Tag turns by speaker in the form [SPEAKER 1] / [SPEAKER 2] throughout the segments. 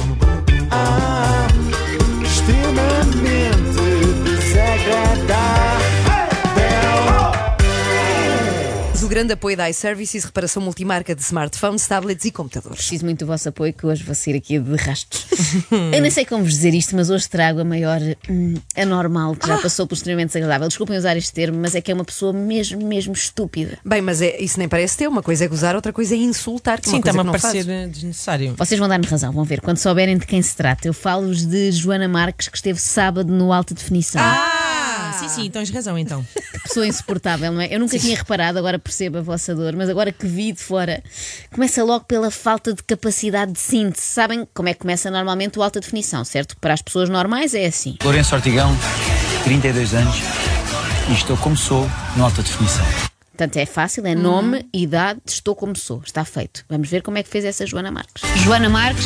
[SPEAKER 1] Ah, extremamente desagradável.
[SPEAKER 2] Do grande apoio da iServices, reparação multimarca de smartphones, tablets e computadores.
[SPEAKER 3] Preciso muito do vosso apoio que hoje vou sair aqui de rastos. Eu nem sei como vos dizer isto, mas hoje trago a maior hum, anormal que já passou pelo extremamente desagradável. Desculpem usar este termo, mas é que é uma pessoa mesmo, mesmo estúpida.
[SPEAKER 2] Bem, mas é, isso nem parece ter. Uma coisa é gozar, outra coisa é insultar. Que é
[SPEAKER 4] Sim,
[SPEAKER 2] uma
[SPEAKER 4] está-me
[SPEAKER 2] coisa que
[SPEAKER 4] a
[SPEAKER 2] não
[SPEAKER 4] parecer
[SPEAKER 2] fazes.
[SPEAKER 4] eh, desnecessário.
[SPEAKER 3] Vocês vão dar-me razão, vão ver. Quando souberem de quem se trata, eu falo-vos de Joana Marques, que esteve sábado no Alta Definição.
[SPEAKER 4] Ah, sim, sim, tens razão então.
[SPEAKER 3] Pessoa insuportável, não é? Eu nunca tinha reparado, agora percebo a vossa dor, mas agora que vi de fora, começa logo pela falta de capacidade de síntese. Sabem como é que começa normalmente o alta definição, certo? Para as pessoas normais é assim.
[SPEAKER 5] Lourenço Ortigão, 32 anos, e estou como sou no alta definição.
[SPEAKER 3] Portanto, é fácil, é nome, idade, estou como sou, está feito. Vamos ver como é que fez essa Joana Marques. Joana Marques,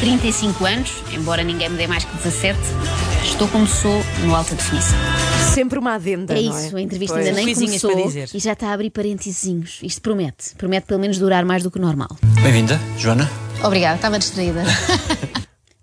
[SPEAKER 3] 35 anos, embora ninguém me dê mais que 17, estou como sou no alta definição.
[SPEAKER 2] Sempre uma adenda.
[SPEAKER 3] É
[SPEAKER 2] não
[SPEAKER 3] isso, a entrevista
[SPEAKER 2] Pois.
[SPEAKER 3] ainda nem
[SPEAKER 4] Coisinhas
[SPEAKER 3] começou
[SPEAKER 4] para dizer.
[SPEAKER 3] e já está a abrir parentezinhos. Isto promete, promete pelo menos durar mais do que o normal.
[SPEAKER 5] Bem-vinda, Joana.
[SPEAKER 3] Obrigada, estava distraída.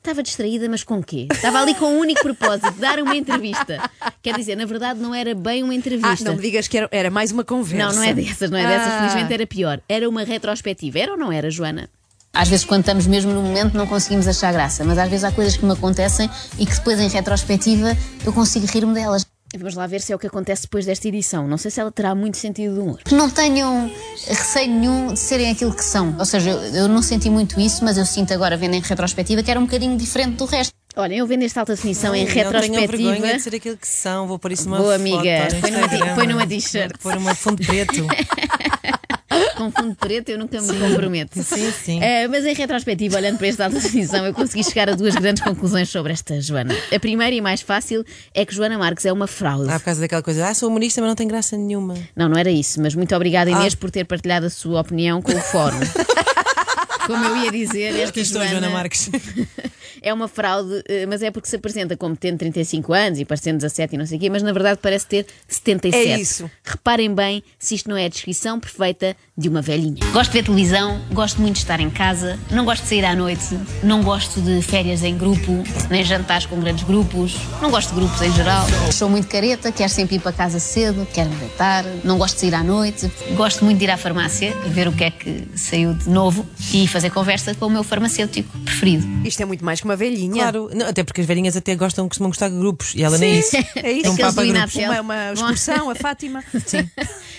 [SPEAKER 3] Estava distraída, mas com quê? Estava ali com um único propósito, dar uma entrevista. Quer dizer, na verdade não era bem uma
[SPEAKER 2] Ah,
[SPEAKER 3] entrevista.
[SPEAKER 2] não me digas que era, era mais uma conversa.
[SPEAKER 3] Não, não é dessas, não é dessas.
[SPEAKER 2] Ah.
[SPEAKER 3] Felizmente era pior. Era uma retrospectiva. Era ou não era, Joana? Às vezes, quando estamos mesmo no momento, não conseguimos achar graça, mas às vezes há coisas que me acontecem e que depois, em retrospectiva, eu consigo rir-me delas. Vamos lá ver se é o que acontece depois desta edição. Não sei se ela terá muito sentido de humor. Que não tenham receio nenhum de serem aquilo que são. Ou seja, eu não senti muito isso, mas eu sinto agora, vendo em retrospectiva, que era um bocadinho diferente do resto. Olha, eu vendo esta alta definição em
[SPEAKER 4] Não tenham
[SPEAKER 3] retrospectiva.
[SPEAKER 4] vergonha de ser aquilo que são. Vou pôr isso numa
[SPEAKER 3] Boa,
[SPEAKER 4] foto,
[SPEAKER 3] amiga.
[SPEAKER 4] no
[SPEAKER 3] Põe numa t-
[SPEAKER 4] Instagram.
[SPEAKER 3] põe numa t-shirt.
[SPEAKER 4] Vou Pôr uma fundo preto.
[SPEAKER 3] com fundo preto eu nunca me comprometo.
[SPEAKER 4] Sim, sim.
[SPEAKER 3] Eh, mas em retrospectiva, olhando para esta alta definição, eu consegui chegar a duas grandes conclusões sobre esta Joana. A primeira e mais fácil é que Joana Marques é uma fraude.
[SPEAKER 4] Ah, por causa daquela coisa. Ah, sou humorista, mas não tem graça nenhuma.
[SPEAKER 3] Não, não era isso, mas muito obrigada,
[SPEAKER 4] Ah.
[SPEAKER 3] Inês, por ter partilhado a sua opinião com o fórum. Como eu ia dizer, esta
[SPEAKER 4] Aqui estou, Joana Marques.
[SPEAKER 3] é uma fraude, eh, mas é porque se apresenta como tendo 35 anos e parecendo 17 e não sei o quê, mas na verdade parece ter 77.
[SPEAKER 2] É isso.
[SPEAKER 3] Reparem bem se isto não é a descrição perfeita de uma velhinha. Gosto de ver televisão, gosto muito de estar em casa, não gosto de sair à noite, não gosto de férias em grupo, nem jantares com grandes grupos, não gosto de grupos em geral. Sou muito careta, quero sempre ir para casa cedo, quero me deitar, não gosto de sair à noite, gosto muito de ir à farmácia, ver o que é que saiu de novo e fazer conversa com o meu farmacêutico preferido.
[SPEAKER 2] Isto é muito mais que uma velhinha.
[SPEAKER 4] Claro. Não, até porque as velhinhas até gostam, costumam gostar de grupos. E ela nem isso.
[SPEAKER 2] É isso.
[SPEAKER 4] Não
[SPEAKER 3] Aqueles
[SPEAKER 4] papa
[SPEAKER 3] do
[SPEAKER 4] grupos.
[SPEAKER 3] Inatel.
[SPEAKER 2] Uma, uma
[SPEAKER 3] Bom.
[SPEAKER 2] excursão, a Fátima. Sim.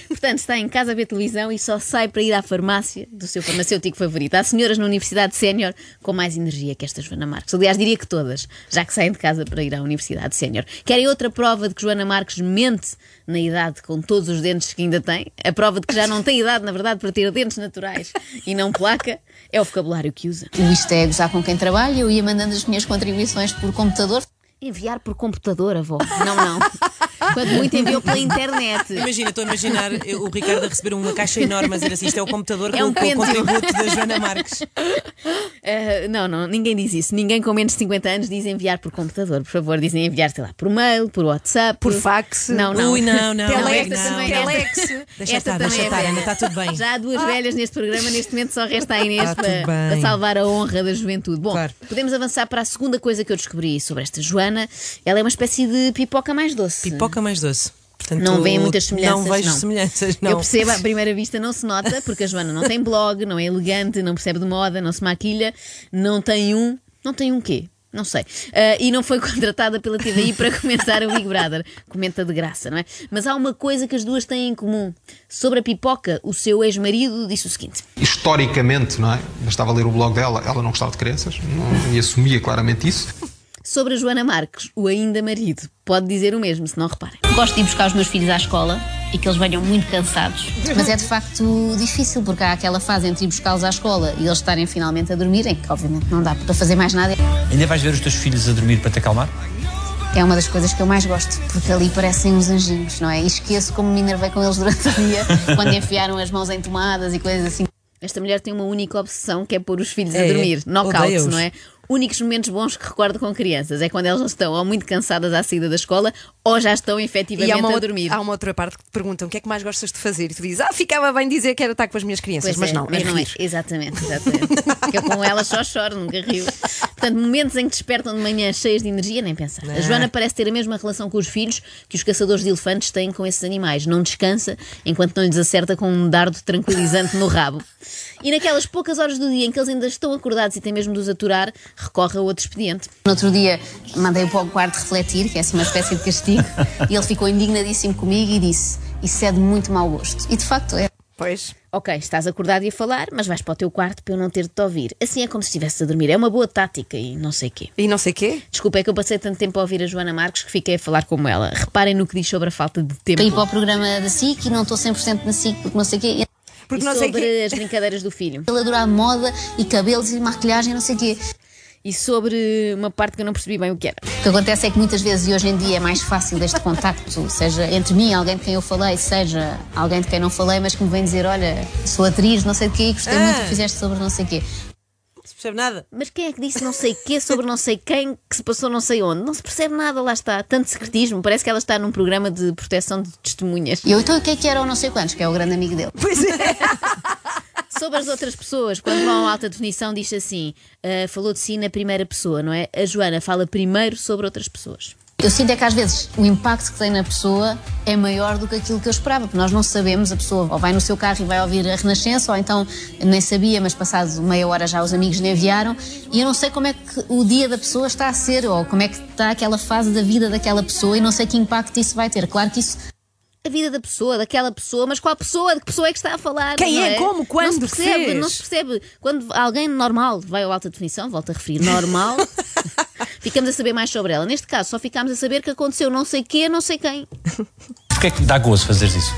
[SPEAKER 3] Portanto, está em casa a ver televisão e só sai para ir à farmácia do seu farmacêutico favorito. Há senhoras na Universidade Sénior com mais energia que esta Joana Marques. Aliás, diria que todas, já que saem de casa para ir à Universidade Sénior. Querem outra prova de que Joana Marques mente na idade com todos os dentes que ainda tem? A prova de que já não tem idade, na verdade, para ter dentes naturais e não placa? É o vocabulário que usa. O isto é gozar com quem trabalha, eu ia mandando as minhas contribuições por computador. Enviar por computador, avó. Não, não. Quando muito enviou pela internet.
[SPEAKER 4] Imagina, estou a imaginar eu- o Ricardo a receber uma caixa enorme a dizer assim: isto é o computador
[SPEAKER 3] É
[SPEAKER 4] com,
[SPEAKER 3] um
[SPEAKER 4] com o
[SPEAKER 3] pêndulo.
[SPEAKER 4] contributo da Joana Marques.
[SPEAKER 3] Uh, não, não, ninguém diz isso. Ninguém com menos de 50 anos diz enviar por computador. Por favor, dizem enviar, sei lá, por mail, por WhatsApp,
[SPEAKER 2] Por fax.
[SPEAKER 3] Não, não.
[SPEAKER 4] Ui, não, não.
[SPEAKER 3] Telex
[SPEAKER 4] não,
[SPEAKER 3] também,
[SPEAKER 4] não.
[SPEAKER 3] Telex.
[SPEAKER 4] Deixa
[SPEAKER 3] Esta
[SPEAKER 4] estar,
[SPEAKER 3] também
[SPEAKER 4] deixa
[SPEAKER 3] é
[SPEAKER 4] estar,
[SPEAKER 3] velha.
[SPEAKER 4] Ana, está tudo bem.
[SPEAKER 3] Já há
[SPEAKER 2] Ah.
[SPEAKER 3] duas velhas neste programa, neste momento só resta a Inês
[SPEAKER 4] Tá tudo
[SPEAKER 3] para,
[SPEAKER 4] bem.
[SPEAKER 3] para salvar a honra da juventude. Bom,
[SPEAKER 4] Claro.
[SPEAKER 3] podemos avançar para a segunda coisa que eu descobri sobre esta Joana. Ela é uma espécie de pipoca mais doce.
[SPEAKER 4] Pipoca mais doce. Portanto,
[SPEAKER 3] Não vêem muitas semelhanças.
[SPEAKER 4] Não ah, vejo semelhanças, não.
[SPEAKER 3] Eu percebo, à primeira vista não se nota, porque a Joana não tem blog, não é elegante, não percebe de moda, não se maquilha, não tem um. Não tem um quê? Não sei. Ah, e não foi contratada pela TVI para comentar o Big Brother. Comenta de graça, não é? Mas há uma coisa que as duas têm em comum. Sobre a pipoca, o seu ex-marido disse o seguinte:
[SPEAKER 6] historicamente, não é? Bastava ler o blog dela, ela não gostava de crianças não- e assumia claramente isso.
[SPEAKER 3] Sobre a Joana Marques, o ainda marido, pode dizer o mesmo, se não reparem.
[SPEAKER 7] Gosto de ir buscar os meus filhos à escola e que eles venham muito cansados. Mas é de facto difícil, porque há aquela fase entre ir buscá-los à escola e eles estarem finalmente a dormirem, que obviamente não dá para fazer mais nada.
[SPEAKER 5] Ainda vais ver os teus filhos a dormir para te acalmar?
[SPEAKER 7] É uma das coisas que eu mais gosto, porque ali parecem uns anjinhos, não é? E esqueço como me enervei com eles durante o dia, quando enfiaram as mãos em tomadas e coisas assim.
[SPEAKER 3] Esta mulher tem uma única obsessão que é pôr os filhos
[SPEAKER 4] É,
[SPEAKER 3] a dormir.
[SPEAKER 4] é.
[SPEAKER 3] Knockout,
[SPEAKER 4] Odeia-os.
[SPEAKER 3] não é? Únicos momentos bons que recordo com crianças é quando elas estão ou muito cansadas à saída da escola ou já estão
[SPEAKER 2] E há
[SPEAKER 3] efetivamente
[SPEAKER 2] uma,
[SPEAKER 3] a
[SPEAKER 2] outra-
[SPEAKER 3] dormir.
[SPEAKER 2] há uma outra parte que te perguntam o que é que mais gostas de fazer e tu dizes, ah, ficava bem dizer que era estar com as minhas crianças,
[SPEAKER 3] Pois
[SPEAKER 2] mas
[SPEAKER 3] é,
[SPEAKER 2] não,
[SPEAKER 3] mas
[SPEAKER 2] é
[SPEAKER 3] não
[SPEAKER 2] rir.
[SPEAKER 3] é. Exatamente, exatamente. Porque eu com ela só choro, nunca rio. Portanto, momentos em que despertam de manhã cheias de energia, nem pensar.
[SPEAKER 2] Ah.
[SPEAKER 3] A Joana parece ter a mesma relação com os filhos que os caçadores de elefantes têm com esses animais. Não descansa enquanto não lhes acerta com um dardo tranquilizante no rabo. E naquelas poucas horas do dia em que eles ainda estão acordados e tem mesmo de os aturar, recorre a outro expediente.
[SPEAKER 7] No outro dia mandei-o para o quarto refletir, que é assim uma espécie de castigo, e ele ficou indignadíssimo comigo e disse: Isso é de muito mau gosto. E de facto é.
[SPEAKER 2] Pois.
[SPEAKER 3] Ok, estás acordado e a falar, mas vais para o teu quarto para eu não ter de te ouvir. Assim é como se estivesse a dormir. É uma boa tática e não sei quê.
[SPEAKER 2] E não sei quê?
[SPEAKER 3] Desculpa, é que eu passei tanto tempo a ouvir a Joana Marques que fiquei a falar como ela. Reparem no que diz sobre a falta de tempo.
[SPEAKER 7] Para ir para o programa da SIC e não estou 100% na SIC porque não sei o quê.
[SPEAKER 2] Porque
[SPEAKER 3] e
[SPEAKER 2] não sei
[SPEAKER 3] sobre
[SPEAKER 2] quê.
[SPEAKER 3] as brincadeiras do filho.
[SPEAKER 7] Ele adorava moda e cabelos e maquilhagem, não sei o quê.
[SPEAKER 3] E sobre uma parte que eu não percebi bem o que era.
[SPEAKER 7] O que acontece é que muitas vezes, e hoje em dia, é mais fácil este contacto, seja entre mim, alguém de quem eu falei, seja alguém de quem não falei, mas que me vem dizer: Olha, sou atriz, não sei de quê, e
[SPEAKER 3] Ah,
[SPEAKER 7] gostei muito do que fizeste sobre não sei o quê.
[SPEAKER 4] Não Ah. se percebe nada.
[SPEAKER 3] Mas quem é que disse não sei quê sobre não sei quem que se passou não sei onde? Não se percebe nada, lá está. Tanto secretismo. Parece que ela está num programa de proteção de testemunhas.
[SPEAKER 7] E eu, então, o que é que era o não sei quantos, que é o grande amigo dele?
[SPEAKER 2] Pois é.
[SPEAKER 3] Sobre as outras pessoas, quando vão à alta definição, diz assim: ah, falou de si na primeira pessoa, não é? A Joana fala primeiro sobre outras pessoas.
[SPEAKER 7] Eu sinto é que às vezes o impacto que tem na pessoa é maior do que aquilo que eu esperava, porque nós não sabemos, a pessoa ou vai no seu carro e vai ouvir a Renascença, ou então nem sabia, mas passado meia hora já os amigos lhe enviaram, e eu não sei como é que o dia da pessoa está a ser, ou como é que está aquela fase da vida daquela pessoa, e não sei que impacto isso vai ter. Claro que isso
[SPEAKER 3] a vida da pessoa, daquela pessoa, mas qual pessoa, de que pessoa é que está a falar?
[SPEAKER 2] Quem
[SPEAKER 3] não
[SPEAKER 2] é? Como? Quando?
[SPEAKER 3] Não se
[SPEAKER 2] Que
[SPEAKER 3] percebe,
[SPEAKER 2] fez?
[SPEAKER 3] não se percebe. Quando alguém normal vai ao alta definição, volto a referir, normal, ficamos a saber mais sobre ela. Neste caso, só ficámos a saber que aconteceu não sei quê, não sei quem.
[SPEAKER 5] Porquê é que te dá gozo fazeres isso?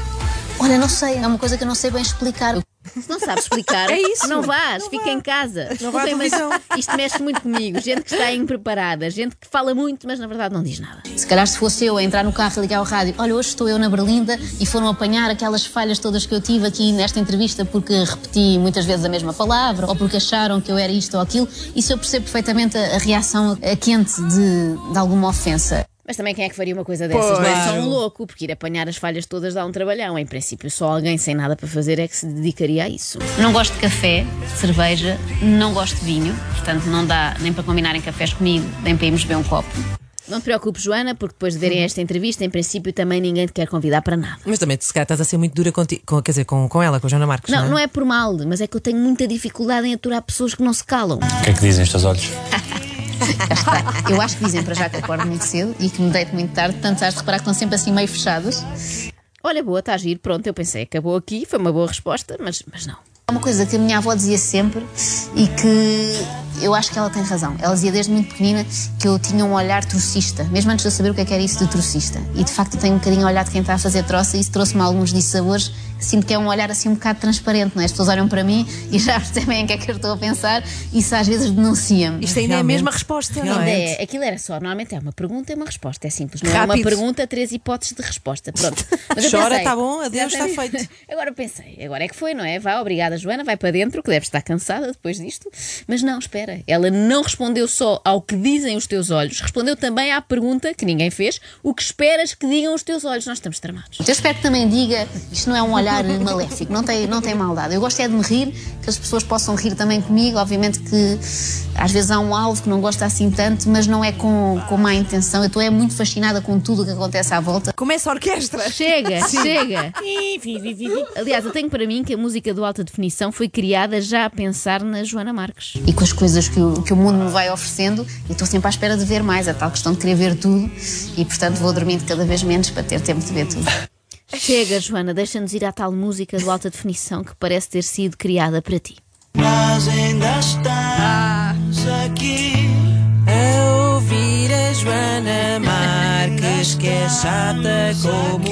[SPEAKER 7] Olha, não sei, é uma coisa que eu não sei bem explicar.
[SPEAKER 3] Se não sabes explicar,
[SPEAKER 2] É isso.
[SPEAKER 3] não vás, fica em casa.
[SPEAKER 2] Não vá à
[SPEAKER 3] Desculpem, mas
[SPEAKER 2] televisão.
[SPEAKER 3] isto mexe muito comigo. Gente que está impreparada, gente que fala muito, mas na verdade não diz nada.
[SPEAKER 7] Se calhar se fosse eu a entrar no carro e ligar ao rádio, olha, hoje estou eu na Berlinda e foram apanhar aquelas falhas todas que eu tive aqui nesta entrevista porque repeti muitas vezes a mesma palavra ou porque acharam que eu era isto ou aquilo, isso eu percebo perfeitamente a, a reação eh, quente de, de alguma ofensa.
[SPEAKER 3] Mas também quem é que faria uma coisa dessas? Não é só um louco, porque ir apanhar as falhas todas dá um trabalhão. Em princípio, só alguém sem nada para fazer é que se dedicaria a isso.
[SPEAKER 7] Não gosto de café, de cerveja, não gosto de vinho, portanto não dá nem para combinarem cafés comigo, nem para irmos beber um copo.
[SPEAKER 3] Não te preocupes, Joana, porque depois de verem esta entrevista, em princípio também ninguém te quer convidar para nada.
[SPEAKER 4] Mas também, se calhar, estás a ser muito dura contigo. Com, quer dizer, com, com ela, com a Joana Marques.
[SPEAKER 3] Não, não é por mal, mas é que eu tenho muita dificuldade em aturar pessoas que não se calam.
[SPEAKER 5] O que é que dizem os teus olhos?
[SPEAKER 7] Eu acho que dizem para já que acordo muito cedo e que me deito muito tarde, portanto has de reparar que estão sempre assim meio fechados. tá
[SPEAKER 3] Olha, boa, está a giro, pronto, eu pensei, acabou aqui, foi uma boa resposta, mas, mas não.
[SPEAKER 7] Há É uma coisa que a minha avó dizia sempre e que eu acho que ela tem razão. Ela dizia desde muito pequenina que eu tinha um olhar trocista, mesmo antes de eu saber o que é que era isso de trocista. E de facto eu tenho um bocadinho o olhar de quem está a fazer troça e isso trouxe-me alguns dissabores. Sinto que é um olhar assim um bocado transparente, não é? As pessoas olham para mim e já percebem o que é que eu estou a pensar. Isso às vezes denuncia-me.
[SPEAKER 2] Isto ainda é a
[SPEAKER 4] Realmente.
[SPEAKER 2] mesma resposta.
[SPEAKER 4] Não
[SPEAKER 3] Ainda
[SPEAKER 4] é?
[SPEAKER 3] é, aquilo era só, normalmente é uma pergunta e uma resposta, é simples. Não é uma
[SPEAKER 2] Rápido.
[SPEAKER 3] pergunta, três hipóteses de resposta. Pronto. Mas eu
[SPEAKER 4] Chora,
[SPEAKER 3] pensei-
[SPEAKER 4] tá bom, adeus, tá feito.
[SPEAKER 3] Agora pensei, agora é que foi, não é? Vá, obrigada, Joana, vai para dentro, que deve estar cansada depois disto. Mas não, espera, ela não respondeu só ao que dizem os teus olhos, respondeu também à pergunta que ninguém fez: o que esperas que digam os teus olhos? Nós estamos tramados.
[SPEAKER 7] Eu espero que também diga, isto não é um olhar maléfico, não tem, não tem maldade. Eu gosto é de me rir, que as pessoas possam rir também comigo, obviamente que Às vezes há um alvo que não gosta assim tanto, mas não é com, com má intenção. Eu estou é muito fascinada com tudo o que acontece à volta.
[SPEAKER 2] Começa a orquestra.
[SPEAKER 3] Chega, chega.
[SPEAKER 4] Enfim, vi, vi, vi.
[SPEAKER 3] Aliás, eu tenho para mim que a música do Alta Definição foi criada já a pensar na Joana Marques.
[SPEAKER 7] e com as coisas que o, que o mundo me vai oferecendo e estou sempre à espera de ver mais, a tal questão de querer ver tudo e portanto vou dormindo cada vez menos para ter tempo de ver tudo.
[SPEAKER 3] Chega, Joana, deixa-nos ir à tal música do Alta Definição que parece ter sido criada para ti.
[SPEAKER 8] Mas ainda estás aqui.
[SPEAKER 4] A ouvir a Joana Marques, que é chata como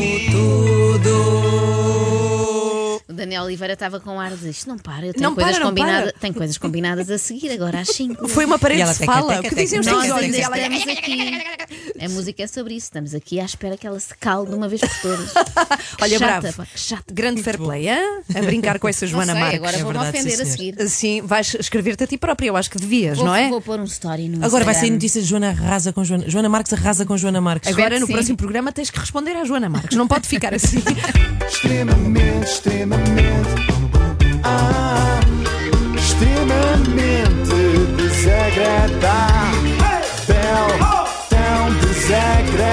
[SPEAKER 4] tudo.
[SPEAKER 3] O Daniel Oliveira estava com ar de isto não para, eu tenho,
[SPEAKER 2] Não
[SPEAKER 3] coisas,
[SPEAKER 2] para, não
[SPEAKER 3] combinadas,
[SPEAKER 2] para."
[SPEAKER 3] tenho coisas combinadas a seguir agora às 5.
[SPEAKER 2] Foi uma
[SPEAKER 4] E
[SPEAKER 2] parede
[SPEAKER 4] ela
[SPEAKER 2] de
[SPEAKER 4] teca,
[SPEAKER 2] fala.
[SPEAKER 4] teca,
[SPEAKER 2] O que diziam os
[SPEAKER 4] teca.
[SPEAKER 2] teus
[SPEAKER 3] Nós
[SPEAKER 2] olhos?
[SPEAKER 3] ainda
[SPEAKER 2] E ela- é
[SPEAKER 3] estamos aqui. A música é sobre isso. Estamos aqui à espera que ela se calde de uma vez por todas.
[SPEAKER 2] Olha,
[SPEAKER 3] chata,
[SPEAKER 2] bravo.
[SPEAKER 3] pá, que chata.
[SPEAKER 2] Grande fair play, hã? A brincar com essa
[SPEAKER 3] não
[SPEAKER 2] Joana
[SPEAKER 3] sei,
[SPEAKER 2] Marques.
[SPEAKER 3] agora
[SPEAKER 4] É
[SPEAKER 3] vou-me
[SPEAKER 4] verdade,
[SPEAKER 3] ofender
[SPEAKER 4] sim,
[SPEAKER 3] a
[SPEAKER 4] senhor.
[SPEAKER 3] seguir.
[SPEAKER 2] Assim, vais escrever-te a ti própria, eu acho que devias,
[SPEAKER 3] Vou,
[SPEAKER 2] não é?
[SPEAKER 3] vou pôr um story no
[SPEAKER 4] Agora vai sair
[SPEAKER 3] Instagram.
[SPEAKER 4] notícia de Joana arrasa com Joana. Joana Marques arrasa com Joana Marques.
[SPEAKER 2] Agora,
[SPEAKER 3] que
[SPEAKER 2] no
[SPEAKER 3] sim.
[SPEAKER 2] próximo programa, tens que responder à Joana Marques. Não pode ficar assim.
[SPEAKER 1] extremamente, extremamente, ah, extremamente desagradável, tão desagradável.